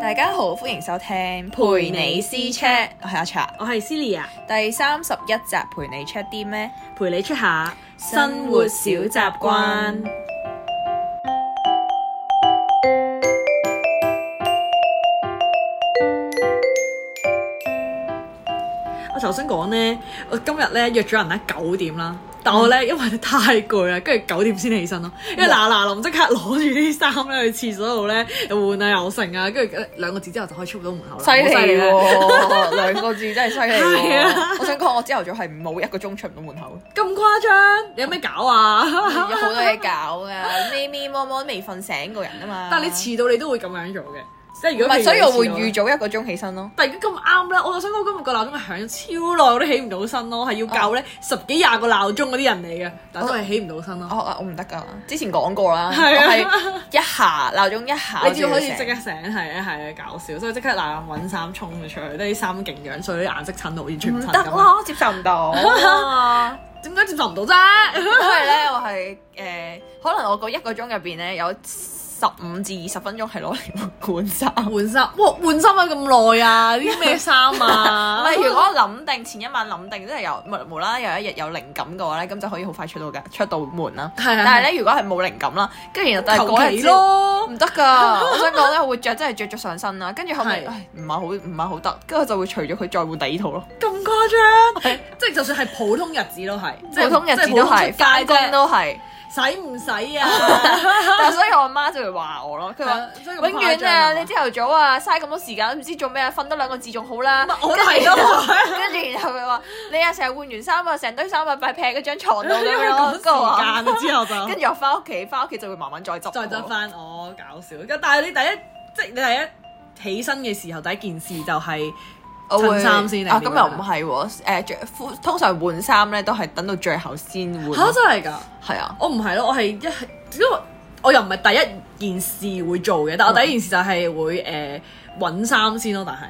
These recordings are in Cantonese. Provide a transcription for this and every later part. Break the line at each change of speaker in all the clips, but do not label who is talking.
大家好，歡迎收聽陪你私 chat，我係阿茶，
我係 Celia，
第三十一集陪你 check 啲咩？
陪你出下
生活小習慣。
我頭先講咧，我今日咧約咗人咧九點啦，但我咧因為太攰啦，跟住九點先起身咯，因為嗱嗱臨即刻攞住啲衫咧去廁所度咧又換啊又剩啊，跟住兩個字之後就可以出到門口啦，
犀利
好啊
喎， 兩個字真係犀利
係啊
喎！我想講，我朝頭早係冇一個鐘出唔到門口，
咁誇張，你有咩搞
有
啊？
好多嘢搞噶，咪咪摸摸未瞓醒個人啊嘛。
但係你遲到你都會咁樣做嘅，即係如
唔
果
係，
譬如
所以我會
你遲到
預早一個鐘起身咯。
突然間咁啱咧，我就想講今日個鬧鐘係響咗超耐，我都起唔到身咯，係要
啊
教咧十幾廿個鬧鐘嗰啲人嚟嘅，但都係起唔到身咯。
我哦我唔得㗎，之前講過啦，我
係啊
啊 係一下鬧鐘一下，
你只要可以
啊我就
即刻
要醒
醒，係啊係啊，搞笑，所以即刻嗱嗱揾衫衝咗出去，啲衫勁樣衰，啲顏色襯到完全唔
唔
襯
得
咁。啊
咯，接受唔到 啊。
點解接受唔到啫？
因為咧，我係誒、呃可能我嗰一個鐘入邊咧，有十五至二十分鐘係攞嚟換衫。唔
換衫，哇！換衫啊咁耐啊，啲咩衫 啊？
係，如果諗定前一晚諗定，即係有無無啦啦有一日有靈感嘅話咧，咁就可以好快出到嘅出到門 啦。
係啊
但係咧，如果係冇靈感啦，跟住然後但係
求
嗰
其
日朝
咯，
唔得 㗎，我想講咧，我會着真係着咗上身啦，跟住後尾
係
唉唔係好唔係好得，跟住我就會除咗佢再換第二套咯。
咁誇張，即係就算係普通日子都係，即係
普通日子
即係
都
普通
係，
出街
翻工
啫，
都係，
使唔使啊？
但係所以我媽就會話我咯，佢話。永遠啊！你朝頭早啊，嘥咁多時間都唔知做咩啊，瞓多兩個字仲好啦。
我都係咯，
跟住然後佢話：你啊，成日換完衫啊，成堆衫啊，咪劈嗰張床度
因為
咁
咁
樣
時
嗰個啊。
間啊之後 就
跟住我翻屋企，翻屋企就會慢慢再執。
再執。翻我搞笑。但係你第一即係你第一起身嘅時候，第一件事就係
我會
襯衫先定
啊，
點
咁
樣
又唔係喎。誒，着褲通常換衫咧，都係等到最後先換。
真係㗎！哦
係啊，
我唔係咯，我係一因為我又唔係第一件事會做嘅，但我第一件事就係會誒揾衫先咯，但係。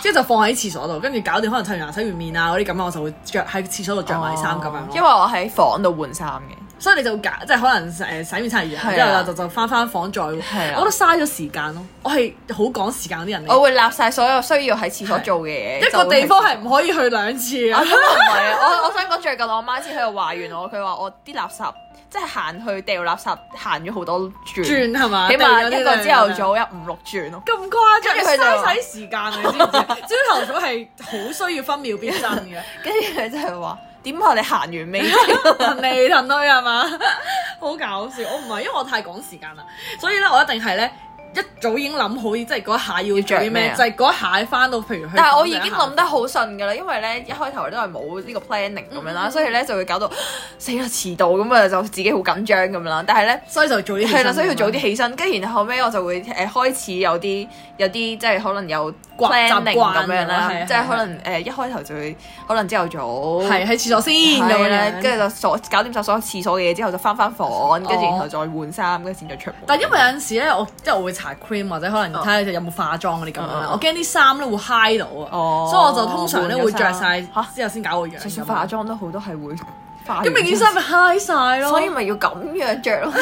即係就放喺廁所度，跟住搞掂，可能刷完牙、洗完面啊嗰啲咁啊，我就會着喺廁所度着埋衫咁樣
哦
咯。
因為我喺房度換衫嘅。
所以你就揀，即係可能誒洗面刷完牙
係
之
啊
後就就翻翻房再，我
係啊
覺得嘥咗時間咯。我係好趕時間嗰啲人
我
嚟，
會立晒所有需要喺廁所做嘅嘢。
一個
就會
地方
喺廁所
係唔可以去兩次
啊，
嘅。
咁我唔係啊！我我想講最近我媽先喺度話完我，佢話我啲垃圾即係行去掉垃圾行咗好多轉，起
轉係啊嘛？
碼一個
個
朝頭早一五六轉咯。
咁誇張，
跟住佢就話
嘥晒時間啊！你知唔 知？朝頭早係好需要分秒必爭嘅，
跟住佢就係話：點解你行完未？
騰嚟騰去係嘛？好搞笑！我唔係因為我太趕時間啦，所以咧我一定係咧。一早已經諗好，即係嗰一下要
要
做
着
啲
咩
咩
啊，
就係嗰一下翻到，譬如去
但係我
房
已經
頂行
諗得好順㗎啦，因為咧一開頭都係冇呢個 planning 咁樣啦，所以咧就會搞到死啦遲到咁啊，就自己好緊張咁啦。但係咧。
所以就早啲起
係啦，
身
所以要
咁樣
早啲起身，跟住然後後尾我就會誒、開始有啲有啲即係可能有
慣
planning
習慣啊
咁樣啦
係，係
即係可能誒、一開頭就會可能朝頭早
係喺廁所先咁
哦係啊啦
樣，
跟住就所搞掂晒所有廁所嘅嘢之後，就翻翻房，跟住
哦
然後再換衫，跟住先再出門。
但因為有啊陣時咧，我即係我會搽 cream 或者可
哦
能睇下有冇化妝嗰啲咁樣啦。我驚啲衫咧會嗨到啊，
哦
所以我就通常咧會着晒
換咗衫
之後先搞個
就
樣咁
算化
樣。
妝都好，都係會化完之後。
咁明件衫咪嗨晒咯，
所以咪要咁樣着 咯。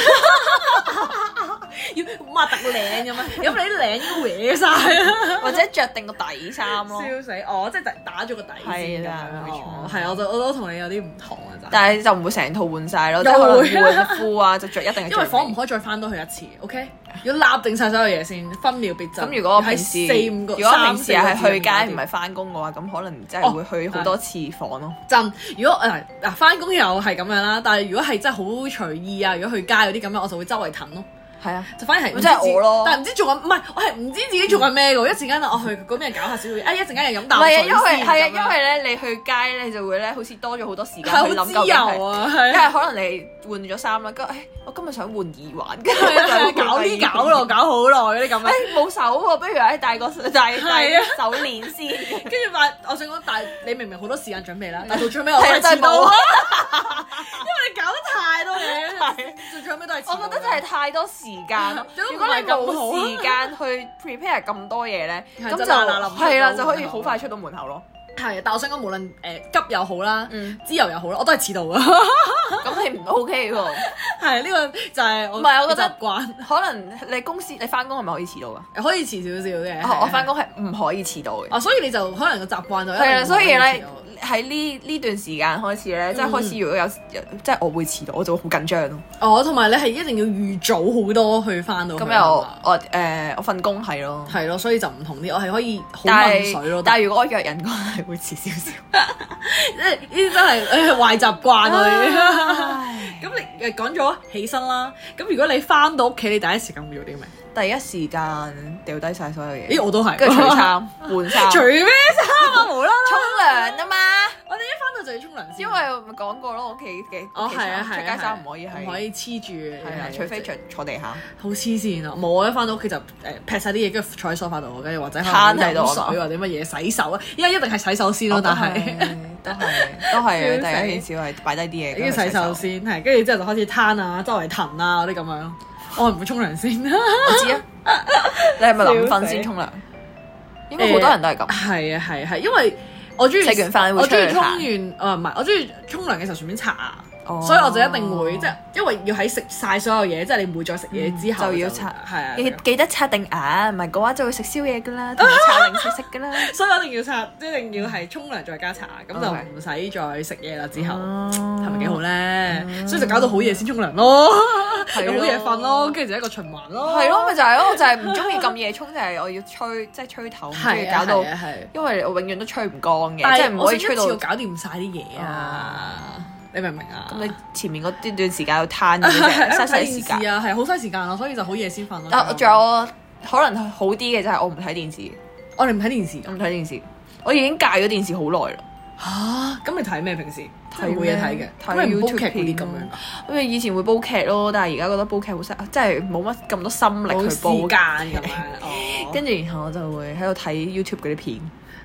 要抹特 領咁樣，咁你啲領都歪晒啊！
或者着定個底衫咯。
笑死我！即係打咗個底先
哦係
咁
啦
樣
冇錯
哦係我就我都同你有啲唔同啊，就係
但係就唔會成套換晒咯，即
又
係可
會
能換褲啊，就着一定係
因為
最
房
尾
唔可以再翻多去一次，OK？要立定晒所有嘢先，分秒必爭。
咁如果我平時
喺四五個，
如果我
三
平
四
時
個
係
字入
去
面搞掂
街唔係翻工嘅話，咁可能真係會去好多次房咯。
真，如果誒嗱翻工又係咁樣啦，但係如果係真係好隨意啊，如果去街嗰啲咁樣，我就會周圍騰咯，
係啊，
就反而係唔
咁
知
即係
自己
我咯
但係唔知做緊，唔係我係唔知自己做緊咩嘅喎，一陣間就我去嗰邊搞下小會，哎一陣間又飲
唔
啖
係
水
啊，
先
因為係啊，
咁樣
因為咧你去街咧你就會咧好似多咗好多時間
係
去
好
諗究竟
自
係啊
由。 啊，
因
係啊
為可能你換咗衫啦，跟住誒，我今日想換耳環，跟住
係啊
就
搞呢 搞落，搞好耐嗰啲咁樣。
誒哎冇手喎，不如誒戴個 戴戴
係啊
手鏈 先，
跟住話，我想講，但係你明明好多時間準備啦，但係到最尾我都
係啊
係
就係
遲到
冇
啊，因為 你搞得太多嘢，到最尾都係遲到
我
嘅。
覺得就係太多時間咯。
都唔 係
如果你
咁好
冇時間去 prepare 咁多嘢咧，咁
係
就
就嗱嗱臨出到
係啦，就可以
門口
好快出到門口咯。
係，但我想講無論誒、呃急又好啦，
嗯
之後又好啦，我都係遲到啊。
咁你唔 OK 喎？
係呢、個就係我
唔係我覺得
習慣，
可能你公司你翻工係咪可以遲到噶？
可以遲少少嘅。係
哦
啊
我我翻工係唔可以遲到嘅。
啊，所以你就可能個習慣就一定
係啊，
會
所以
遲
咧
到嗯
喺呢呢段時間開始咧，即係開始如果有即係我會遲到，我就會好緊張咯。
哦，同埋你係一定要預早好多去翻到去。
咁
係
又
嘛
我誒我份工係咯，
係咯，所以就唔同啲，我係可以好
但
混水咯
係。但係如果我約人嗰係會遲少 少。
即係呢啲真係誒壞習慣啊！
唉
你咁你誒講咗起身啦，咁如果你翻到屋企，你第一時間會做啲咩？
第一時間掉低晒所有嘢，
咦，我都係，
跟住除衫換衫、
除
沖
咩衫啊？無啦啦，
涼啊嘛。
我哋一翻到就要沖涼先。
因為我咪講過咯，屋企嘅
哦
屋企
係啊
衫
係啊，
出街衫唔可以
唔可
係。
以黐住嘅，
係啊，除非着坐地下，
好黐線啊！冇我一翻到屋企就誒劈晒啲嘢，跟住坐喺梳化度，跟住或者可能
攤喺度
飲
啊嘛
水或者乜嘢洗手啊，因為一定係洗手先咯，但 係。
哦都係都係
笑死
第一件事係擺低啲嘢，
跟住洗手先，係跟住之後就開始攤啊，周圍騰啊嗰啲咁樣。我係唔會沖涼先，
我知 啊，你係咪臨瞓先沖涼？應該好多人都係咁。
係啊係啊係，因為我中意
食完飯會
我中意
出去
沖完，啊唔係，我中意沖涼嘅時候順便刷牙，
哦
所以我就一定會即係因為要喺食晒所有嘢，即係你唔會再食嘢之後
嗯就要刷
係啊。
你記得刷定啊牙，唔係嘅話就會食宵夜噶 啦，同埋刷零食食噶啦。
所以我一定要刷，一定要係沖涼再加刷牙，咁就
OK
唔使再食嘢啦。之後係
係
咪幾好咧？所以就搞到好夜先沖涼咯，
哦係
又
咯
好夜瞓咯，跟住就一個循環咯。
係咯，咪就係咯，我就係唔中意咁夜沖，就係我要吹，即係吹頭，跟
係
住
啊，
搞到
係，啊係啊。
因為我永遠都吹唔乾嘅，
但
即
係
係唔
我
可以
想一
吹到。
次要
咁
搞掂晒啲嘢啊！你明唔明啊？
你前面嗰段段時間要攤 嘅
係
啫，嘥
睇
曬
電
時
視
間。
啊，係好嘥時間啊，所以就好夜先瞓咯。
啊，仲有可能好啲嘅就係我唔睇電視，
我哋唔睇電視㗎
我唔睇電視，我已經戒咗電視好耐啦。
嚇，咁你睇咩平時？
睇
睇冇嘢睇嘅，
咩
咁你唔煲
YouTube
劇嗰啲咁樣
片因為以前會煲劇咯，但係而家覺得煲劇好失，即係冇乜咁多心
㗎，冇
力去煲
時
劇。
間咁 樣。跟
跟住然後我就會喺度睇 YouTube 嗰啲片，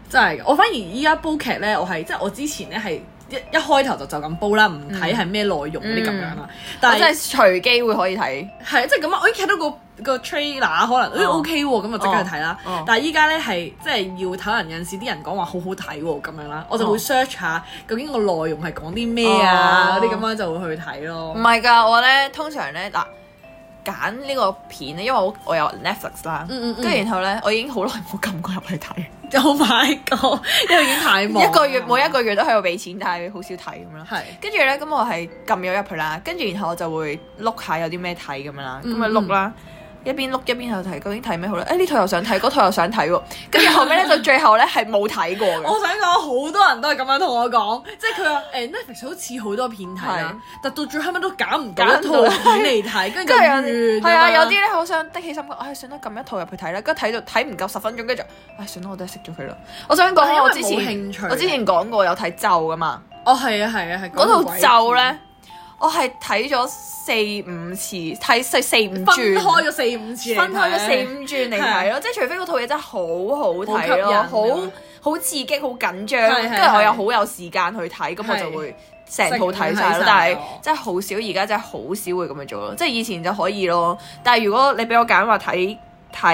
真係嘅，我反而依家煲劇咧，我係即係我之前咧係一一開頭就就咁煲啦，唔睇係咩內容嗰啲咁樣啦。
嗯我
但
真
係
係隨機會可以睇。
係即係咁啊！我已經睇到個個 trailer 可能誒
哦
OK 喎，咁就即刻去睇啦
哦哦。
但係依家咧係即係要睇人有陣時啲人講話好好睇喎咁樣啦，我就會
哦
search 下究竟個內容係講啲咩啊
哦
嗰啲咁樣就會去睇咯
唔。係㗎，我咧通常咧嗱揀呢個片咧，因為我我有 Netflix 啦，
嗯嗯嗯
跟住然後咧我已經好耐冇撳過入去睇，
Oh my god！因為已經太忙啦，
一個月每一個月都喺度俾錢，但係好少睇咁啦。
係
跟住咧，咁我係撳咗入去啦，跟住然後我就會碌下有啲咩睇咁樣啦，咁
嗯
咪碌啦，一邊碌一邊喺度睇，究竟睇咩好咧？哎誒呢套又想睇，嗰套又想睇喎，跟住後尾咧到最後咧係冇睇過嘅，
我想講好多人都係咁樣同我講，即係佢話誒 Netflix 好似好多片睇啦
係，
但到最後尾都揀唔到
揀唔到
一套片嚟睇，跟住
跟
就
住有
完
啲係啊，
咁樣
有啲咧好想的起心肝，唉、算啦，撳一套入去睇啦，跟住睇到睇唔夠十分鐘，跟住就唉算啦，我都係熄咗佢啦。我想
係因為
講我之前
冇興趣
我之前講過有睇咒噶嘛，
哦係啊係啊係
嗰
講
套咒
鬼片
咧。我係睇咗四五次，睇四四五
分
轉，
開咗四五次嚟睇，啊
分開咗四五轉嚟睇咯，即係除非嗰套嘢真係好好睇咯，
好吸引
好好刺激、好緊張，
係係
跟住我又好有時間去睇，咁我
係
就會成套睇晒
成套睇晒
咯。但係真係好少，而家真係好少會咁樣做咯。即係以前就可以咯，但係如果你俾我揀話睇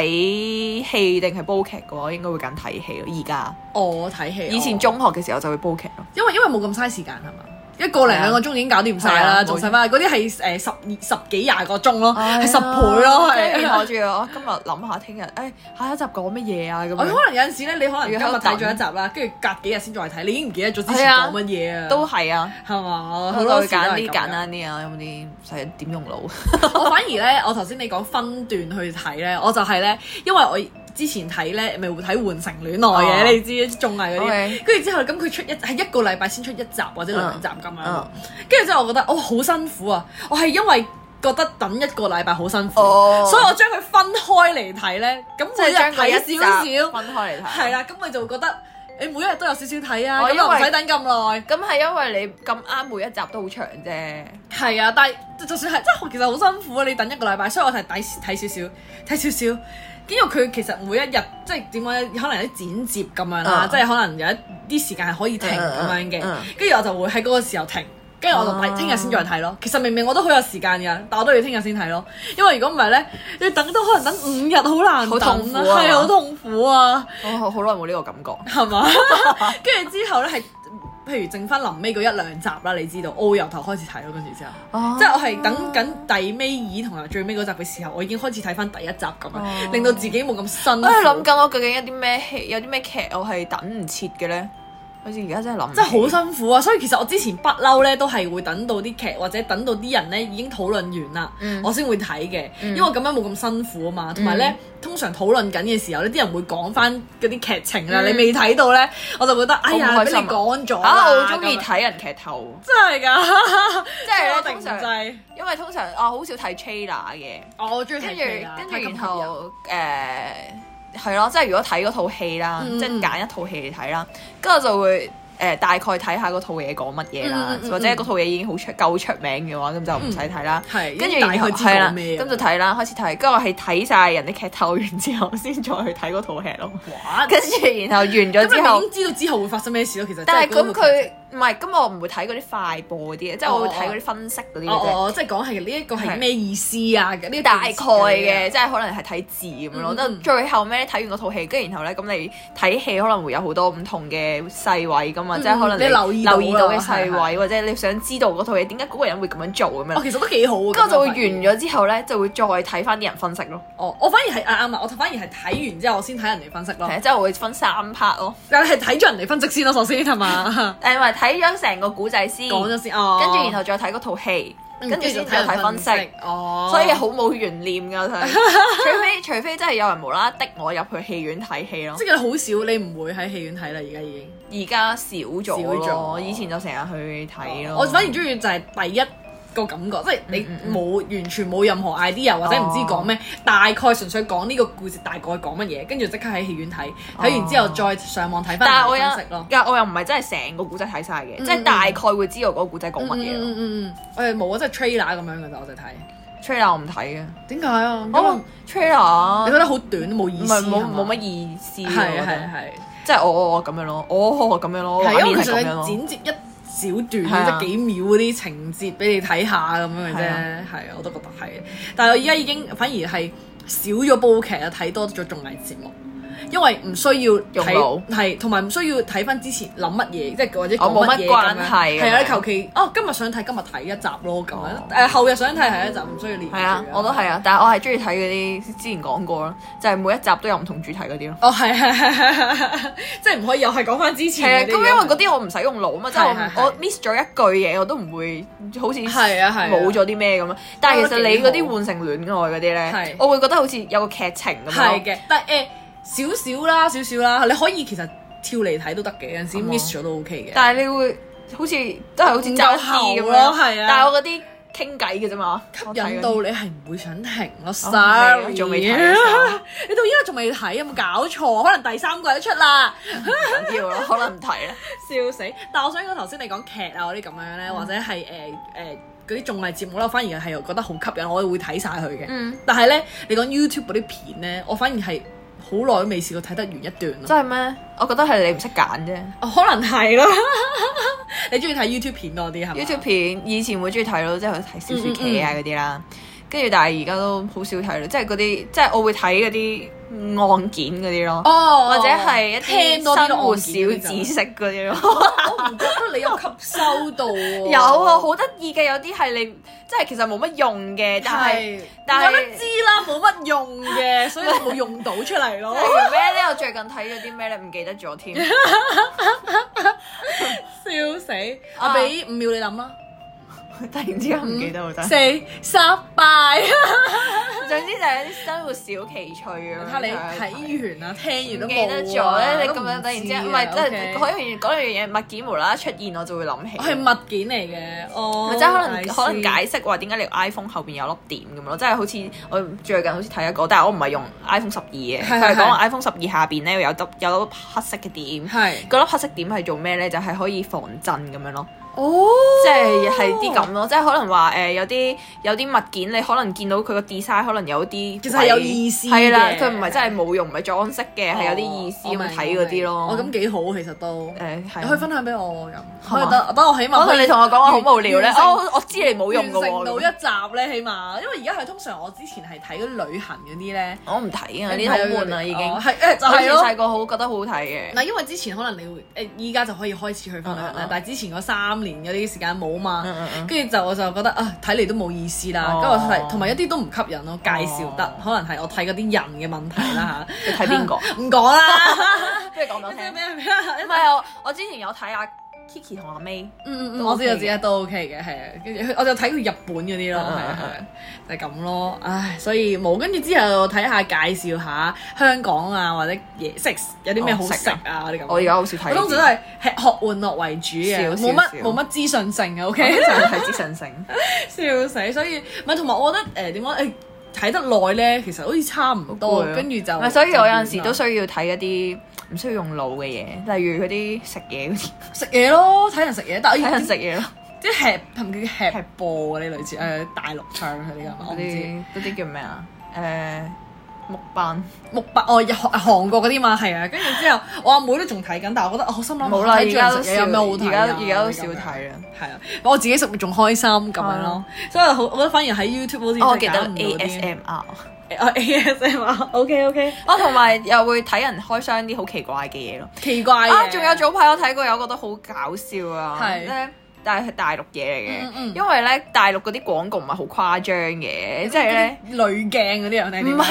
睇戲定係煲劇嘅話，我應該會揀睇戲咯。而家
我睇戲，
以前中學嘅時候就會煲劇咯，
因為因為冇咁嘥時間係嘛。一個零
係啊
兩個鐘已經搞掂晒
係
啦，
啊冇
仲
哦
使乜？嗰啲係誒十二十幾廿個鐘咯，哦係十
啊
倍咯，
跟住然後我
係。啊
仲要我今日諗下聽日，誒下一集講乜嘢啊咁
我
樣。
可能有陣時咧，你可能今日
要喺度
睇
等
咗一集啦，跟住隔幾日先再睇，你已經唔記得咗之
係
前
啊
講乜嘢啊。
都係啊，
係嘛？
我
好
就
多
會
時都
揀
係
啲
咁
簡
樣。
單啲啊，有冇啲唔使點用腦？
我反而咧，我頭先你講分段去睇咧，我就係咧，因為我之前睇咧，咪會睇《換乘戀愛》
哦
嘅，你知綜藝嗰
OK
啲。跟住之後咁，佢出一係一個禮拜先出一集或者兩
嗯
集咁樣
嗯。
跟住之後，我覺得哦好辛苦啊！我係因為覺得等一個禮拜好辛苦，
哦
所以我將佢分開嚟睇咧。咁
即
每
係將佢
日
一
睇少
少啊
少，
分開嚟睇。
係啦，咁你就會覺得你每一日都有少少睇啊，
哦
咁又唔
因為
使等咁耐。
咁係因為你咁啱每一集都好長啫，
係啊，但係就算係真係其實好辛苦啊！你等一個禮拜，所以我係睇睇少少，睇少少。因為佢其實每一日即係點講咧，可能有啲剪接咁樣啦，
啊
即係可能有一啲時間係可以停咁樣嘅
嗯嗯嗯，
跟住我就會喺嗰個時候停，跟住
啊
我就睇聽日先再睇咯。其實明明我都好有時間㗎，但我都要聽日先睇咯。因為如果唔係咧，要等都可能等五日，好難
好痛
等
苦啊
啊，係啊好痛苦啊，
我好好耐冇呢個感覺。
係嘛？跟住之後咧係。譬如剩翻臨尾嗰一兩集啦，你知道，我會由頭開始睇咯，跟住之後，
哦
即係我係等緊第尾二同埋最尾嗰集嘅時候，我已經開始睇翻第一集咁樣，
哦
令到自己冇咁辛
我
苦。
喺度諗緊，我究竟有啲咩戲，有啲咩劇我係等唔切嘅咧？好似而家真係諗唔
真係好
起
辛苦啊！所以其實我之前不嬲咧，都係會等到啲劇或者等到啲人咧已經討論完啦，
嗯
我先會睇嘅，因為咁樣冇咁辛苦啊嘛。同埋咧，通常討論緊嘅時候呢啲人會講翻嗰啲劇情啦，
嗯
你未睇到咧，我就覺得哎
好唔
呀，
開
俾你
心啊
講咗
啊！我
啦
好中意
咁樣
睇人劇透，
真係㗎，
即
即係
係
我
咧
定
通
唔
常，哦
制，
因為通常啊好少睇 trailer 嘅，
我中意睇
跟住
劇啊
跟住
睇
然
咁多人
後誒係咯，即係如果睇嗰套戲啦，
嗯
即係揀一套戲嚟睇啦，跟住我就會。誒、大概睇下嗰套嘢講乜嘢啦，
嗯嗯嗯
或者嗰套嘢已經好出夠出名嘅話，咁就唔使睇啦。
係
跟住
嗯大
然後
概知
係啦，
道咩啊
咁就睇啦，開始睇，跟住我係睇晒人哋劇透完之後，先再去睇嗰套劇咯。
哇
跟住然後完咗之
咁
後
你，已經知道之後會發生咩事咯。其實
但係
即係
咁
嗰個劇情哦
佢唔係，咁我唔會睇嗰啲快播嗰啲嘅，即係我會睇嗰啲分析嗰啲嘅啫。
哦哦，即係講係呢一個係咩意思啊？呢個
大概嘅，
故事
即係可能係睇字咁樣咯。
嗯嗯嗯
即係最後尾睇完嗰套戲，跟住然後咧，咁你睇戲可能會有好多唔同嘅細位噶嘛，
嗯
即係可能
你留意到啊
留意到嘅細
係係
位，或者你想知道嗰套嘢點解嗰個人會咁樣做咁
啊，哦
樣。
其實都幾好
跟
嘅。
住我就會
咁
完
樣發現。
咗之後咧，就會再睇翻啲人分析咯。
哦，我反而係啊啱啊，我反而係睇完之後我先睇人哋分析咯
係，啊，即係我會分三 part 咯。
但係睇咗人哋分析先咯，首先係 嘛？
誒，唔係睇咗成個古仔先，
講咗先哦，
跟住然後再睇嗰套戲，
嗯
跟住先再睇分析。
哦，
所以好冇懸念㗎， 佢除非除非真係有人無啦啦的我入去戲院睇戲咯
即。係好少你唔會喺戲院睇啦，而家已
而
經。
家少咗
少咗
咯，以前就成日去睇咯。嗯
我反而中意就係第一。個感覺，即係你冇完全冇任何 idea 或者唔知講
哦
咩，大概純粹講呢個故事大概講乜嘢，跟住即刻喺戲院睇，睇完之後再上網睇翻
哦但係我
人
有
哋分析咯，。
但我又唔係真係成個古仔睇晒嘅，
嗯
即係大概會知道嗰個古仔講乜
嗯
嘢
嗯
咯。
嗯嗯，我哋冇啊，即係 trailer 咁樣嘅咋，我哋睇。
trailer 我唔睇嘅，
點解啊？因
我
為
trailer 啊
你覺得好短，冇
哦唔
意思，
係冇
係嘛
冇乜意思咯，
係
我覺得
係係
即係我我我咁樣咯，我我咁樣咯，
係，
哦畫
因
面係
為其
咁樣咯
實。你剪接一小
係啊
段，即係幾秒嗰啲情節俾你睇下咁樣嘅
係
啫。係啊，我都覺得係。但係我而家已經反而係少咗煲劇啊，睇多咗綜藝節目。因為唔需要
用
睇
腦，
係同埋唔需要睇翻之前諗乜嘢，即係或者
哦
講
冇
嘢
乜
咁樣
關係
係啊，
咁樣
你求其哦，今日想睇，今日睇一集咯咁
哦
樣。誒，後日想睇係一集，唔需要連。
係啊，我都係。啊，但係我係中意睇嗰啲之前講過啦，就係每一集都有唔同主題嗰啲咯。
哦，係係係係係，即係唔可以又係講翻之
係啊，咁
前嗰啲
因
嘢。
為嗰啲我唔使用腦啊嘛，即係
係係
我
係
我 miss 咗一句嘢，我都唔會好似
係啊係啊
冇咗啲咩咁啊。但係其實你
我覺
嗰
得幾
啲
好
換成戀愛嗰啲咧
係，
我會覺得好似有個劇情咁
係
樣。
嘅，但係誒少少啦，少少啦，你可以其實跳嚟睇都得嘅，有陣時
係嘛
miss 咗都 OK 嘅。
但係你會好似都係好似爭啲咁
唔夠喉咯
樣，
係啊
但係我嗰啲傾偈嘅啫嘛，
吸
我睇嗰啲
引到你係唔會想停
哦
咯
未啊
，sorry，
仲未睇啊
你到依家仲未睇，有冇搞錯？可能第三季都出啦，
唔緊要咯，可能唔睇啦。
笑死！但我想講頭先你講劇啊嗰啲咁樣
嗯
咧，或者係誒誒嗰啲綜藝節目啦，我反而係覺得好吸引，我會睇晒佢嘅。
嗯，
但係咧，你講 YouTube 嗰啲片咧，我反而係好耐都未試過睇得完一段咯。
真係咩？我覺得係你唔識揀啫。
哦可能係咯， 你中意睇 YouTube 片多啲係嘛
YouTube 片以前會中意睇咯，即係睇
嗯
小説劇啊嗰啲啦。跟住但係而家都好少睇咯，即係嗰啲即係我會睇嗰啲案件嗰啲咯，
哦，
或者係一
聽
啲
多啲
生活
案
小
件嗰啲就
知識嗰啲咯。
我唔覺得你有吸收到 喎。
有啊，好得意嘅，有啲係你即係其實冇乜用嘅，但係
係，
但係
我都知啦，冇乜用 嘅，所以我冇用到出嚟咯
例。 如咩咧？我最近睇咗啲咩咧？唔記得咗 添。
笑死！
啊
我俾五秒你諗啦，
突然之間唔記得好得。
四三拜。
嗯 總之就係一啲生活小奇趣咁樣。
睇你睇完啊，聽
唔
完都
記
冇
得
啊
咗咧，你咁樣突然之間，唔係即係
可
講完講完嘢物件無啦啦出現，我就會諗起。
啊哦係物件嚟嘅，哦，
咪即係可能
I see
可能解釋話點解你 iPhone 後邊有粒點咁咯，即係好似我最近好似睇一個，但係我唔係用 iPhone 十二嘅，
係
佢係講
係係
話 iPhone 十二下邊咧有粒有粒黑色嘅點，
係
嗰粒黑色點係做咩咧？就係、可以防震咁樣咯，
哦，
即係係啲咁咯，即係可能話誒、呃有啲有啲物件你可能見到佢個 design 可能能有啲
其實係有意思嘅哦
係啦，佢唔係真係冇用，唔係裝飾嘅，係有啲意思
我
咁
明
睇嗰啲咯。
我明我咁幾好其實都，
誒係啊
你可以分享俾我咁，
嘛
可以得，等我起
可
碼可以
能你同我講話好無聊咧，
完成
哦，我知你冇用
完
噶
成到一
喎，
集咧，起碼，因為而家係通常我之前係睇嗰啲旅行嗰啲咧，
我唔睇啊，呢啲好悶啦已經。
哦係誒就
我以
係
前
咯
細。個好覺得好睇嘅，
嗱，因為之前可能你會誒，依家就可以開始去分享啦。
嗯嗯嗯
但係之前嗰三年嗰啲時間冇嘛
嗯嗯，嗯
跟住、就我就覺得啊，睇嚟都冇意思啦。
哦
跟住係同埋一啲都唔吸引咯，介紹得、
哦
可能係我睇嗰啲人嘅問題啦
你睇邊個？
嚇，唔講啦。
不如講俾我聽
咩。咩咩 啊？
唔係我，我之前有睇阿 Kiki 同阿 May，
嗯嗯嗯，
都
我知道
OK
自己都 OK 嘅，係啊，跟住佢我就睇佢日本嗰啲咯，
嗯嗯
係啊
嗯
係啊，就係咁咯，唉，所以冇跟住之後睇下介紹下香港啊或者嘢食有啲咩好食啊嗰啲咁。
哦我而家好少睇呢
我
啲。
通常都係吃喝玩樂為主
少
嘅，冇
少
乜
少哦
冇乜資訊性嘅
我
，OK，
通常係睇資訊 性。
笑死，所以唔係同埋我覺得誒點講誒睇得耐咧，其實好似差唔多，跟住就
啊唔係，所以我有陣時
就
都需要睇一啲唔需要用腦嘅嘢，例如嗰啲食嘢嗰 啲，
食嘢咯，睇人食嘢，但係
睇
我
人食嘢咯，
即係吃係咪叫吃播嗰啲類似誒大陸唱佢哋咁，我
嗰
唔知。
啲嗰啲叫咩啊？誒木板
木白哦，日韓韓國嗰啲嘛，係啊，跟住之後我阿妹都仲睇緊，但係我覺得哦我心諗
冇啦，
睇
而
住
家
人
都
食嘢有
少，
咩好睇
而家
啊
而家都少。
咁樣
睇啦。啊
係啊，我自己食咪仲開心咁樣咯，所以好，我覺得反而喺 YouTube 好似
哦我記得
真係搞唔到啲
ASMR，
哦 ASM 啊 ，OK OK，
我同埋又會睇人開箱啲好奇怪嘅嘢咯。
奇怪嘅
啊，仲有早排我睇過有個都好搞笑啊，
係
咧。但係係大陸嘢嚟嘅，
嗯嗯
因為咧大陸嗰啲廣告唔係好誇張嘅，即係咧
濾鏡嗰啲人
唔係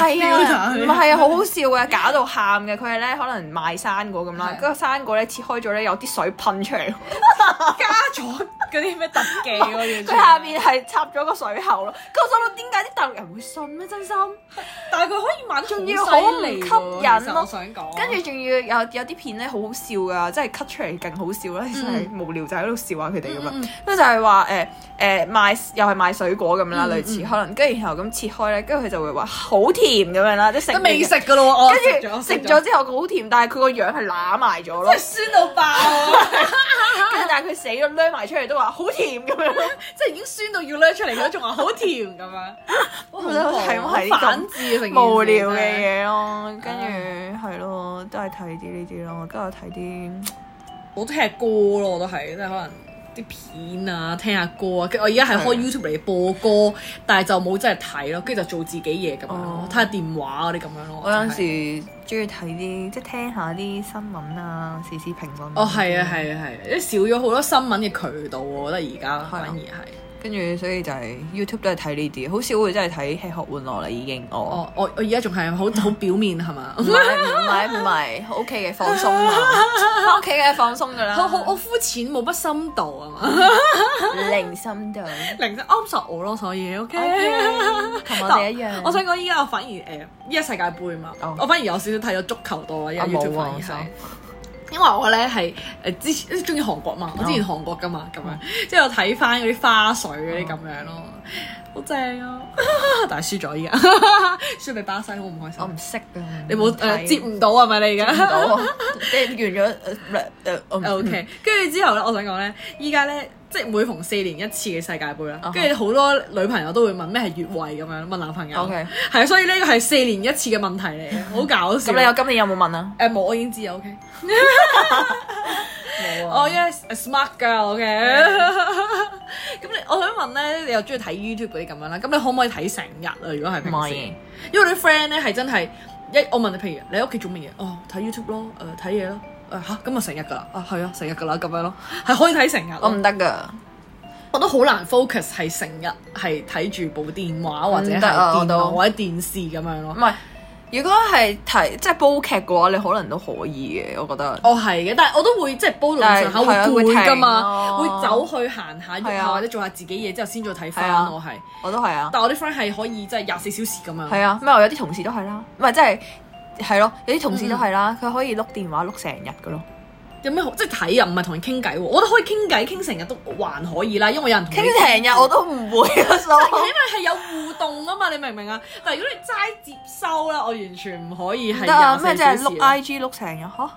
啊，唔係啊，好好笑啊，假到喊嘅。佢係咧可能賣生果咁啦
係，
嗰個生果咧切開咗咧有啲水噴出 嚟，
加咗嗰啲咩特技嗰啲，啊
佢下邊係插咗個水喉咯。咁我心諗點解啲大陸人會信咧？真心，
但係佢可以賣得
仲要
好
好唔
犀利喎
吸引
其實
咯
我想講，
跟住仲要有有啲片咧好好笑噶，即係 cut 出嚟更好笑啦，真係無聊就喺度笑下佢哋咁
嗯嗯
樣。跟住就係話誒誒賣又係賣水果咁樣啦，
嗯嗯
類似可能跟住然後咁切開咧，跟住佢就會話好甜咁樣啦，即係食
都未
完
食噶咯喎，我
跟住食咗之後佢好甜，但係佢個樣係揦埋咗咯
真係。 酸到爆啊！
跟住但係佢死咗孭埋出嚟都話好甜咁樣，
即係已經酸到要掠出嚟，佢都仲話好甜 咁樣，我
覺得係咁係呢種
反智啊！成件事
無聊嘅
真係，
嘢咯。跟住係咯，都係睇啲呢啲咯。跟住睇啲
我都聽歌咯，我都係即係可能啲片啊，聽下歌啊。跟住我而家係開 YouTube 嚟播歌，但係就冇真係睇咯，跟住就做自己嘢咁樣咯
哦，
睇下電話嗰啲咁樣咯。
我有陣
就係。
時中意睇啲即係聽下啲新聞啊、時事評論。
哦，係啊，。係啊，係啊，因為少咗好多新聞嘅渠道喎，我覺得而家反而係。
跟住所以就係 YouTube 都係睇呢啲，好少會真係睇吃喝玩樂啦已經。哦，
哦，我我而家仲係好 好表面係嘛
唔？係唔係唔係，OK 嘅放鬆啊，翻屋企嘅放鬆噶啦，
好好，我膚淺冇乜深度啊嘛，
零深度。
零就啱實我咯，所以 OK。
OK，同我哋一樣。
我想講依家我反而誒依家世界盃嘛
哦，
我反而有少少睇咗足球多啊，因
我
為 YouTube
冇
反
啊
而
我
係
想。
因為我咧係誒之前中意韓國
哦
嘛，我之前韓國噶嘛咁樣，之後睇翻嗰啲花絮嗰啲咁樣
哦
咯，好正啊！ 但係輸咗依家， 輸俾巴西好唔開
我唔
心。
識啊！
你冇誒
睇
接唔到係咪你而
唔
家？
到啊，即係完咗誒誒我唔
O K，跟住之後咧，我想講咧，依家咧即係每逢四年一次嘅世界盃啦
啊哈，
跟住好多女朋友都會問咩係越位咁樣，問男朋友。
OK
係啊，所以呢個係四年一次嘅問題嚟嘅， 好搞笑。
咁你有今年有冇問啊？
誒冇，我已經知啊。O K，
冇
我依家哦 smart girl。O K，咁你我想問咧，你又中意睇 YouTube 嗰啲咁樣啦，咁你可唔可以睇成日啊？如果係
唔
平
可
時，
以，
因為我啲 friend 咧係真係一我問你，譬如你喺屋企做乜嘢？哦，睇 YouTube 咯，誒睇嘢咯。誒嚇，咁啊成日㗎啦，啊係啊，成日㗎啦咁樣咯，係可以睇成日咯。
我唔得噶，
我都好難 focus 係成日係睇住部電話或者係
唔得啊
電
我
腦
都
或者電視咁樣咯
唔。係。如果係睇即係煲劇嘅話，你可能都可以嘅，我覺得。
我係嘅，但係我都會即係煲兩上下
但係係啊
會
會
攰
停
噶嘛，
咯
會走去行下、喐
係
下
啊
或者做下自己嘢之後先再睇
係
翻
啊
我係。
我都係啊，
但我啲 friend 係可以即係廿四小時咁樣。
係啊，咩？我有啲同事都係啦，唔係即係係咯，有啲同事都係啦，
嗯
佢可以碌電話碌成日嘅咯，
有咩好即係睇又唔係同人傾偈喎，我覺得可以傾偈傾成日都還可以啦，因為有人同
傾
你
成日我都唔會啊，所以
因為係有互動啊嘛，你明唔明啊？但係如果你齋接收啦，我完全唔可以係
唔得啊！
廿
咩
四
即係
小時
碌
咯。
IG 碌成日嚇？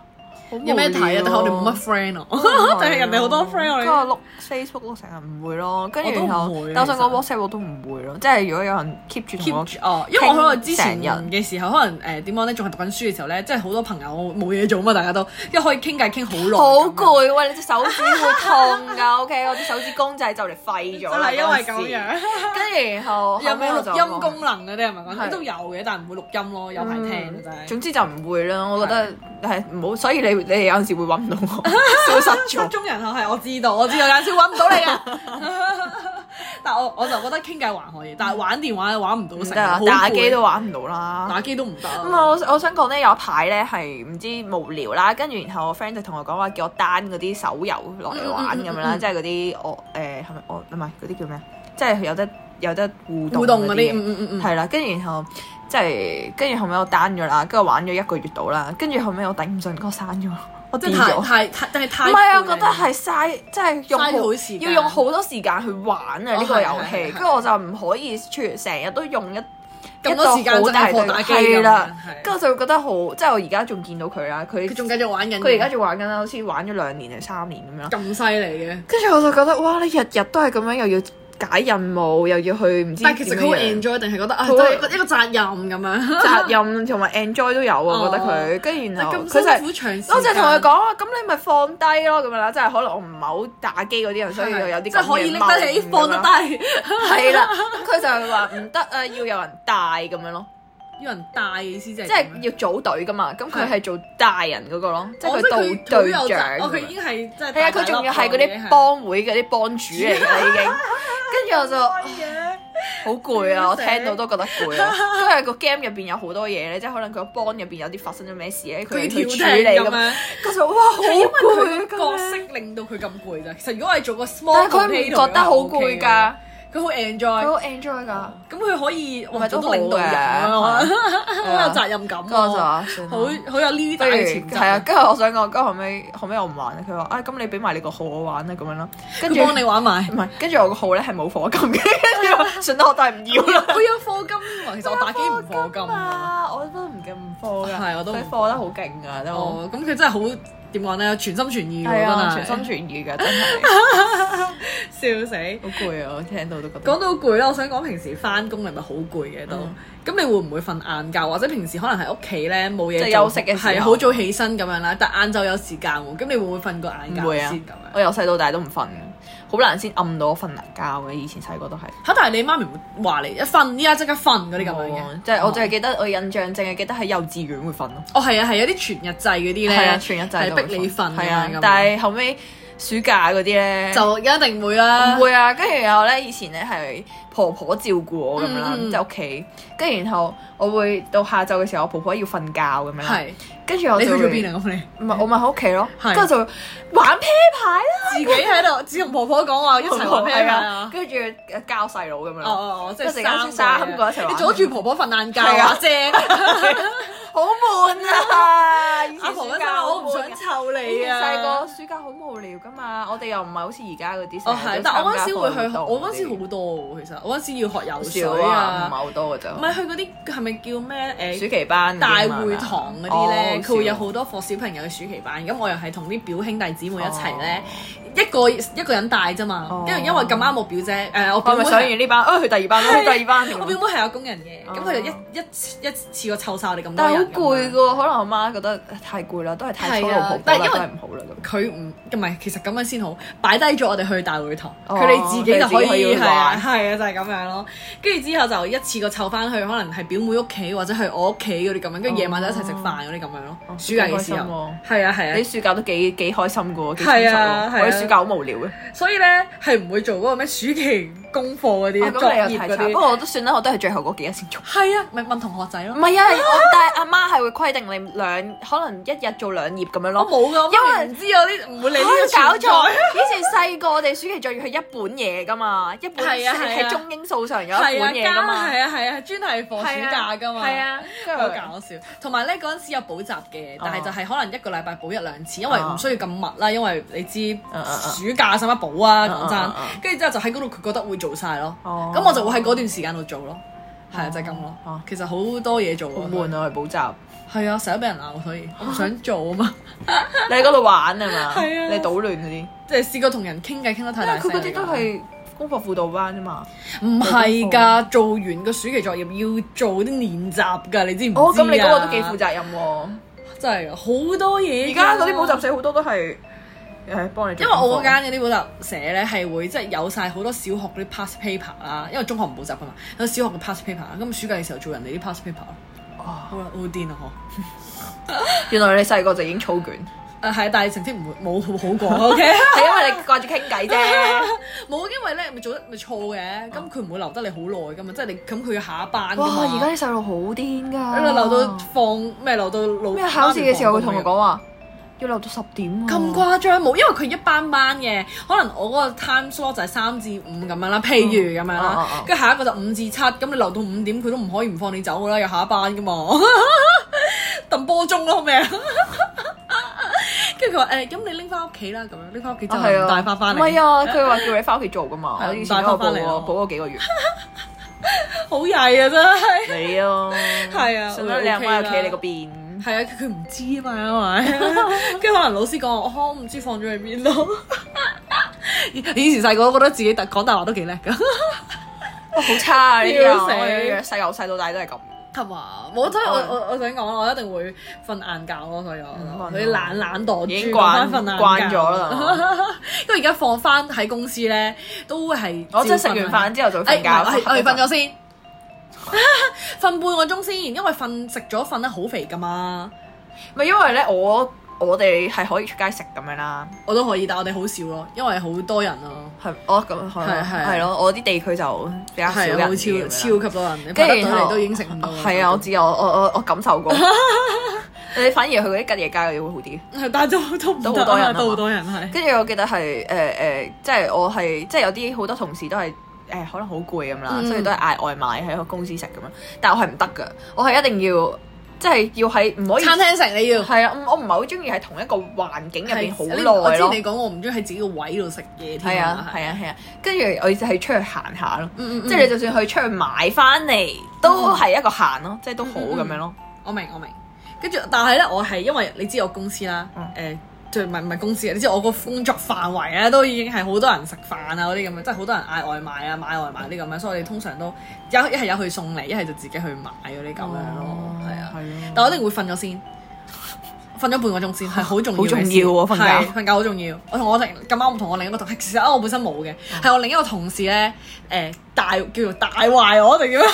有咩睇啊？但係我哋冇乜 friend
哦
啊，但係人哋好多 friend 我
嗯跟住
哋。
碌 Facebook 碌成日唔會咯，跟住
我都唔
然後
會啊，
但我想講
其
WhatsApp 我都唔會咯，即係如果有人 keep 住同
keep
我
住哦，因為我可能之前
傾成日
嘅時候，可能誒點講咧，仲係讀緊書嘅時候咧，即係好多朋友冇嘢做嘛，大家都一可以傾偈傾好耐咁樣。啊
好攰，啊喂！你隻手指會痛㗎，OK？我隻手指公仔就嚟廢咗
就
啦，
係因
嗰陣
為咁
時
樣。
跟住然後
有冇錄音功
能
能嗰啲係咪講？
係嗯
都有嘅，但係唔會錄音咯，有排聽嘅真 係。
總之就唔會啦，我覺得係唔好，所以你你哋有陣時會揾唔 到我，消失
失
咗。
蹤人口係我知道，我知道有陣時揾唔到你 啊。 但我我就覺得傾偈還可以，但係玩電話玩唔到
唔
成，
得啊
好！攰
打機都玩唔到啦。
打機都唔得
咁
啊。
我我想講咧，有一排咧係唔知無聊啦，跟住然後我 friend 就同我講話叫我 down 嗰啲手遊落嚟玩咁樣啦，即係嗰啲我誒係咪我唔係嗰啲叫咩？即係有得有得互動
互動嗰
嘢
啲，嗯嗯嗯嗯，
係啦，跟住然後即係跟住後尾我 down 咗啦，跟住玩咗一個月到啦，跟住後尾我頂唔順，嗰刪咗，我
即
真
係
咗。
太太太，但係
唔
太
係啊，
攰
我
啦
覺得係嘥，即係用
嘥咗好
好
多時間
要用好多時間去玩啊
哦
呢個遊
係係
戲，
係
跟住我就唔可以全成日都用一
咁多時間
一個好
真
大
係
堆
放打機
係
咁樣
啦，，
係
跟住我就會覺得好，即係我而家仲見到佢啦，佢
佢仲繼續玩緊，
佢而家仲玩緊啦，好似玩咗兩年定三年咁樣啦。
咁犀利嘅。
跟住我就覺得哇，你日日都係咁樣，又要解任務，又要去唔知
但係其實佢好
點樣
enjoy 定係覺得啊，
佢
都
會
係一個一個責任咁樣。
責任同埋 enjoy 都有啊，我覺得
哦
佢跟住然後
咁
佢就係
辛苦長時間
我就係同佢講啊，咁你咪放低咯咁樣啦，即係可能我唔係好打機嗰啲人，所以又有啲
即係可以拎得起放得
低。
低，
係啦，咁佢就係話唔得啊，要有人帶咁樣咯，
要人帶嘅意思即係
即
點
係
啊
要組隊噶嘛。咁佢係做帶人嗰個咯，即係
哦
佢
係
到隊
好有
長
責哦，
咁
佢
樣
已。經係即係
係啊，佢仲要係嗰啲幫會嗰啲幫主嚟嘅啦，已
啊
經。跟住我就啊
嘅，
好攰 啊！我聽到都覺得攰啊，因為個 game 入邊有好多嘢咧，即係可能佢個幫入邊有啲發生咗咩事咧，佢
佢要
要
跳
去
踢
處理
咁
咁。
樣。
佢就哇好
係因為佢
攰啊
個
咁
角
樣
色令到佢咁攰咋。其實如果我係做個 small，
但係佢唔覺得好攰
potato 嘅
㗎，
話，佢好
佢
enjoy。
好 enjoy 㗎。
咁佢可以
唔
哇
係
做
都
到
好
領導人啊，
嘅
好有責任感
跟住我就
啊，
話算
好
啦。
好有呢
不
大
如
嘅潛質。
係啊，，跟住我想講，跟住後尾後尾我唔玩啦。佢話：啊，咁你俾埋你個號我玩啦，咁樣啦。跟住
佢幫你 玩埋
唔。係，跟住我個號咧係冇課金嘅，跟住我順德我都係唔要啦。
我有課金喎，其實我打機唔課金啊。
啊！我都唔嘅唔課㗎，
係我都唔
佢課得好勁㗎，都
哦，咁佢真係好點講咧？全心全意喎，
係
真
啊，
係
全心全意㗎，真係
笑死。
好攰啊！我聽到都覺得
講到攰啦，我想講平時翻工你咪好攰嘅都。
嗯
咁、你會唔會瞓晏覺，或者平時可能喺屋企咧冇
即
嘢
係
做
休息嘅時候
係好早起身咁樣啦，但晏晝有時間喎，咁你會唔會瞓個晏覺
唔會啊
先咁樣？
我由細到大都唔瞓，好難先暗到我瞓難覺嘅。以前細個都係。
嚇！但係你媽咪會話你一瞓依家即刻瞓嗰啲咁樣嘅
冇，哦即係我淨係記得我印象淨係記得喺幼稚園會瞓咯，
哦係啊係有啲全日制嗰啲
係啊，
咧，
全日制
係
都
逼你
係
瞓咁
啊
樣，
但係後尾暑假嗰啲咧
就一定會啦。
唔會啊，跟住然後咧以前咧係婆婆照顧我咁樣啦，
嗯嗯
即係屋企，跟住然後我會到下晝嘅時候，我婆婆要瞓覺咁樣啦，
係
跟住我
你去
就
咗
會
邊啊？咁
唔
你
係我咪喺屋企咯，
係
跟住就會玩啤牌啦，
自己喺度，只同婆婆講話一齊玩啤
哦
牌啊！
跟住誒交細佬咁樣
哦
咯，
哦哦，即
即係
係
三個一齊玩
你阻住婆婆瞓晏覺
係
啊
啊，
正！
好悶啊！以前
阿婆
暑
嗰
假
陣我
好
唔
悶
想
㗎
湊
以
你
前
啊！
細個暑假好無聊噶嘛，我哋又唔係好似而家嗰啲。
哦係，但我嗰陣時會
成日都參
去，
加
我嗰陣時好多喎，其實我嗰陣時要學
活
游
動嗰啲
水
啊，唔係
啊，
好多嘅啫
唔。係去嗰啲係咪叫咩
暑
誒？
期班嗰啲
大
啊嘛
會堂嗰啲咧，
哦
佢會有好多課小朋友嘅暑期班，咁我又係同啲表兄弟姊妹一齊咧
哦，
一個一個人帶啫嘛
哦，
因為因為咁啱我表姐誒，我
我
表
咪
妹
上
係
完呢班，啊去第二班咯，去第二班咁樣。啊
我表妹係有工人嘅，咁
哦
佢就一一次一次過湊晒我哋咁多
但係好
人咁樣
攰嘅喎，可能我媽覺得太攰啦，都係太操勞
係
婆
啊
婆
但係
啦，
因
都係
為
唔好啦咁。
佢唔唔係，其實咁樣先好，擺低咗我哋去大會堂，
哦
佢哋、自己
佢哋
就可
自己可
以
以
係
玩
啊，係啊，就係、咁樣咯。跟住之後就一次過湊翻去，可能係表妹屋企或者去我屋企嗰啲咁樣，跟住夜晚就一齊食飯嗰啲咁樣咯。
哦
暑假嘅時
幾開心
候
喎，
係啊係
你
啊，
暑假都幾幾開心嘅喎，幾充
係
實
啊
喎。
係啊
我哋暑假好無聊嘅，
所以咧係唔會做嗰個咩暑期功課嗰
啊
啲作
咁你又
業
太
嗰
慘。不
啲。
過我都算啦，我都係最後嗰幾日先做。
係啊，咪問同學仔
唔
咯。
係啊，我但係阿媽係會規定你兩，可能一日做兩頁咁樣
我
咯。
冇噶，
因
因為
為
唔知我啲唔會理呢個
搞
存
錯！
在。
以前細個我哋暑期作業係一本嘢噶嘛，一本
係啊係
係
啊
中英數上有一
係啊，
本嘢
加
噶嘛，
係啊係啊，專係放暑假噶嘛。
係啊，跟住
好搞笑，同埋咧嗰陣時有補習嘅，但係就係可能一個禮拜補一兩次，因為
啊
唔需要咁密啦，因為你知
嗯嗯嗯
暑假使乜補啊？
嗯嗯
講
嗯嗯
真，跟住之後就喺嗰度佢覺得會做晒咯，
哦
咁我就會喺嗰段時間度做咯。係啊，就係咁咯。
哦
其實好多嘢做
好
啊，
悶啊！去補習，
係啊，成日俾人鬧，所以我唔想做啊嘛。
你喺嗰度玩啊嘛，
係啊
你搗亂嗰啲，
即係試過同人傾偈傾得太大聲
佢
嚟㗎。
嗰啲都係功課輔導班啫嘛。
唔係㗎，做完個暑期作業要做啲練習㗎，你知唔知
哦，咁你嗰個都幾負
負責，
責任喎。
真係㗎好多嘢㗎。
而家嗰啲補習社好多都係誒幫你
因
做功
為
課。
我嗰間嗰啲補習社咧係會即係有晒好多小學嗰啲 past paper 啦，因為中學唔補習噶嘛，有小學嘅 past paper 啊啦，咁暑假嘅時候做人哋啲 past paper 咯，
哦，
好啦，好癲啊嗬！
原來你細個就已經草卷，
誒啊係，但係成績唔會冇好 好過，OK？
係因為你掛住傾偈啫。
冇，因為咧咪做得咪錯嘅，咁佢唔會留得你好耐噶嘛，即係你咁佢要下一班㗎
哇！
嘛
而家啲細路好癲㗎，
留到放咩留到老
咩考試嘅時候，佢
媽咪放
同我
工
講話要留到十點喎
啊
啊
咁誇張冇，因為佢一班班嘅，可能我嗰個 time slot 就係三至五咁樣啦，譬如咁樣
哦哦
啦
哦，
跟住下一個就五至七，咁你留到五點佢都唔可以唔放你走噶啦，有下一班噶嘛， 揼波鐘咯，好咩啊？ 跟住佢話誒，咁你拎翻屋企啦，咁樣拎翻屋企就
啊係
唔
啊，
帶翻翻嚟，
唔係啊，佢話叫你翻屋企做噶嘛。
係啊
我以前
帶
都
返
補
返嚟
過
咯
補過幾個 月。
好曳啊真係，
你啊，
係啊
信
我
得你阿媽
OK
又
啦
企你嗰邊。
係啊，佢唔知啊嘛，因為跟住可能老師講我，哦我唔知放咗去邊咯。 以前細個覺得自己特講大話都幾叻噶。
哇，好差啊！呢啲
笑
啊
死
我哋細由細到大都係咁。
係嘛？冇，所以我
嗯
我我想講，我一定會瞓晏覺咯，所以我
嗯
你懶懶惰，
已經
轉翻
慣
瞓晏
慣
覺
咗。啦，
因為而家放翻喺公司咧，都會哦係
我真係食完飯之後就
照
瞓
瞓晏啊
覺，
哎唔 係我哋瞓咗先，瞓半個鐘先，因為瞓食咗瞓得好肥噶嘛。
唔係因為咧，我我哋係可以出街食咁樣啦，
我都可以，但我哋好少咯，因為好多人咯，
係我咁係
係係
係咯，我啲地區就比較少
係
人
啊好超
啲咁樣
超級多人，你排
跟住然
得隊
後
你都已經食唔到啦。
係啊，我知我我我我感受過。 你反而去嗰啲吉野街嗰啲會好啲。
係但係都都唔
都好
得
多人啊
啊
嘛
都好多人係。
跟住我記得係誒誒，即係我係即係有啲好多同事都係誒、可能好攰咁啦，
嗯
所以都係嗌外賣喺個公司食咁樣。但係我係唔得㗎，我係一定要即係要喺唔可以
餐廳食你要。
係啊，我唔係好中意喺同一個環境入
係
邊好
你我
耐
知
咯
你。講我唔中意喺自己個位度食
係
嘢添
啊，係啊，係啊，跟住我就係出去行下咯，
嗯嗯，
即係你就算去出去買翻嚟，都係一個行咯，即係都好
嗯
咁樣咯。
我明我明。跟住，但係咧，我係因為你知我公司啦，誒、
嗯
即係唔係唔係公司啊？你知我個工作範圍咧，都已經係好多人食飯啊嗰啲咁樣，即係好多人嗌外賣啊、買外賣啲咁樣，所以我哋通常都有一係有去送嚟，一係就自己去買嗰啲咁樣
哦
咯，哦係、啊。
係
但我一定會瞓咗先，瞓咗半個鐘先，係好重要
好
嘅事。
重要喎瞓覺
係瞓覺好重要。我同我同咁啱，我同我另一個同事，其實啊我本身冇嘅，係我另一個同事咧，誒、大叫做大壞我定點樣？啊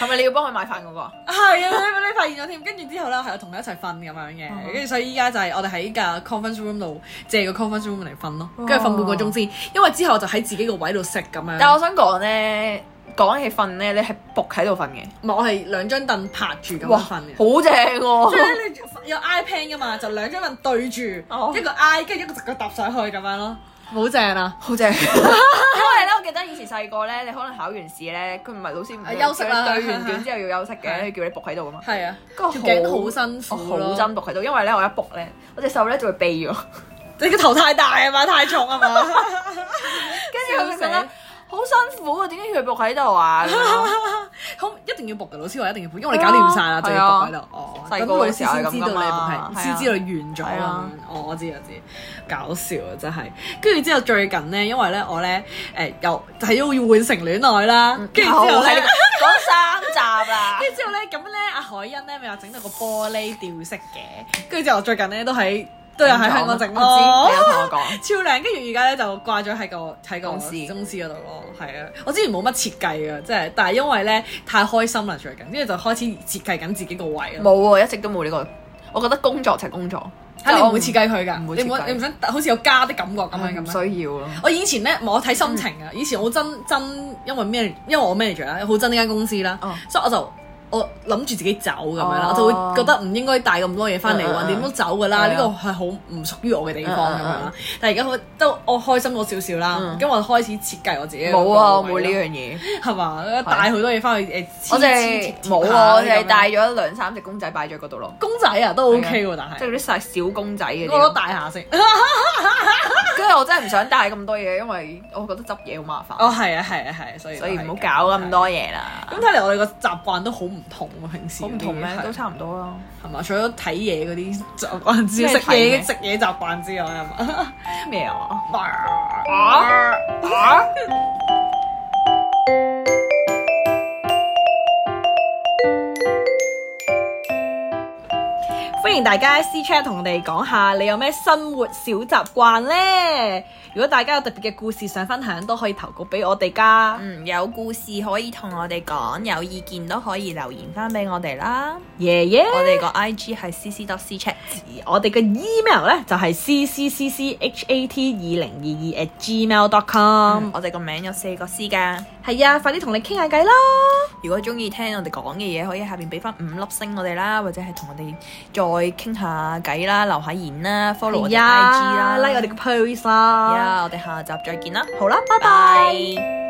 係咪你要幫佢買飯嗰個啊？
係啊，你你發現咗添，跟住之後咧，我係有同佢一齊瞓咁樣
啊
嘅，跟住所以依家就係我哋喺架 conference room 度借個 conference room 嚟瞓咯，
哦
跟住瞓半個鐘先，因為之後就喺自己個位度食咁樣。
但我想講咧，講起瞓咧，你係仆喺度瞓嘅，
唔係我係兩張凳拍住咁
哇，
樣
好
瞓
正
嘅。即係
喎！
咧，你有 iPad 噶嘛，就兩張凳對住，
哦
一個 I 跟住一個直腳搭上去咁樣咯，好正啊！
好正，因為咧，我記得以前細個咧，你可能考完試咧，佢唔係老師唔
啊休息啦
叫你對完卷
係
之後要 休息嘅，
係
叫你仆喺度噶嘛。
係啊，
個
條頸好辛
我
苦
好
咯，
憎仆喺度，因為咧我一仆咧，我隻手咧就會痹咗，
你個頭太大啊嘛，太重啊嘛，
跟住我就覺
笑
得
死
好辛苦啊！點解要佢仆喺度 啊？咁樣咯
好一定要仆嘅，老師話一定要仆，因為你搞掂晒啦，就要仆喺度。哦，
細
咁
個
老
嘅
師
時候係
先
咁
知道
㗎
你
嘛
仆係，先
係啊
知道你完咗
係啊
啦。哦，我知我知，搞笑啊真係。跟住之後最近咧，因為咧我咧誒又就係要換成戀愛啦，跟住之後
又係
咧
呢。個講三集啦。
跟住之後咧，咁咧阿海欣咧咪話整到個玻璃吊飾嘅，跟住之後我最近咧都喺都有喺香港整
我
咯
知，你。有同我講。
超靚，跟住而家咧就掛咗喺個喺個
哦公司
公司嗰度咯，係啊！我之前冇乜設計嘅，即係，但係因為咧太開心啦最近，跟住就開始設計緊自己個位咯。
冇喎，一直都冇呢個。我覺得工作就係工作，
嚇你唔會設計佢㗎，
唔會
你唔
設計嗯
會你唔想好似有家的感覺咁樣咁
唔
樣。
需要咯。
我以前咧，我睇
嗯
心情啊！以前我真真因為咩？因為我 manager 啦，好憎呢間公司啦，
哦
所以我就我諗住自己走咁樣
哦
啦，我就會覺得唔應該帶咁多嘢翻嚟
嗯嗯
喎，
嗯
點都走噶啦，
係啊
呢個係好唔屬於我嘅地方
嗯嗯
咁樣啦。但係而家我都我開心咗少少啦
嗯，
咁我開始設計我自己嘅
冇啊，我
個
冇
位
呢
啦
樣嘢，
係嘛？帶好多嘢翻去誒，
我
黐
哋
黐貼貼
冇
下
啊，我
咁
哋
樣
帶咗兩三隻公仔擺咗嗰度咯，
公仔啊，都 OK 喎，但
即
係
係嗰啲細小公仔嘅。
我都帶下 先。
跟住我真係唔想帶咁多嘢，因為我覺得執嘢好麻煩，
哦，係啊，係啊，係啊，所以
所以唔好
都係
搞咁。多嘢啦。
咁睇嚟我哋個習慣都好唔同喎，平時
好唔同咩
嗰？啲
都差唔多啦。
係嘛？除咗睇嘢嗰啲習慣之
咩
食
睇
嘢
嘢
食嘢習慣之外，係嘛？
咩啊？
啊
啊！
歡迎大家 C chat 同我哋講下你有咩生活小習慣呢？如果大家有特別嘅故事想分享，都可以投稿俾我哋噶。
嗯，有故事可以同我哋講，有意見都可以留言翻俾我哋啦。
耶耶！
我哋個 I G 係 C C dot C chat，
而我哋嘅 email 咧就係 c c c c h a t 二零二二 at gmail dot com。
我哋個名有四個 C 噶。
係啊，快啲同你傾下偈啦！
如果中意聽我哋講嘅嘢，可以下邊俾翻五粒星我哋啦，或者係同我哋再傾下偈啦，留下言啦，follow 我哋 I G 啦
係啊，like 我哋嘅 post 啦。
呀我哋下集再見啦，
好啦，拜拜。
拜。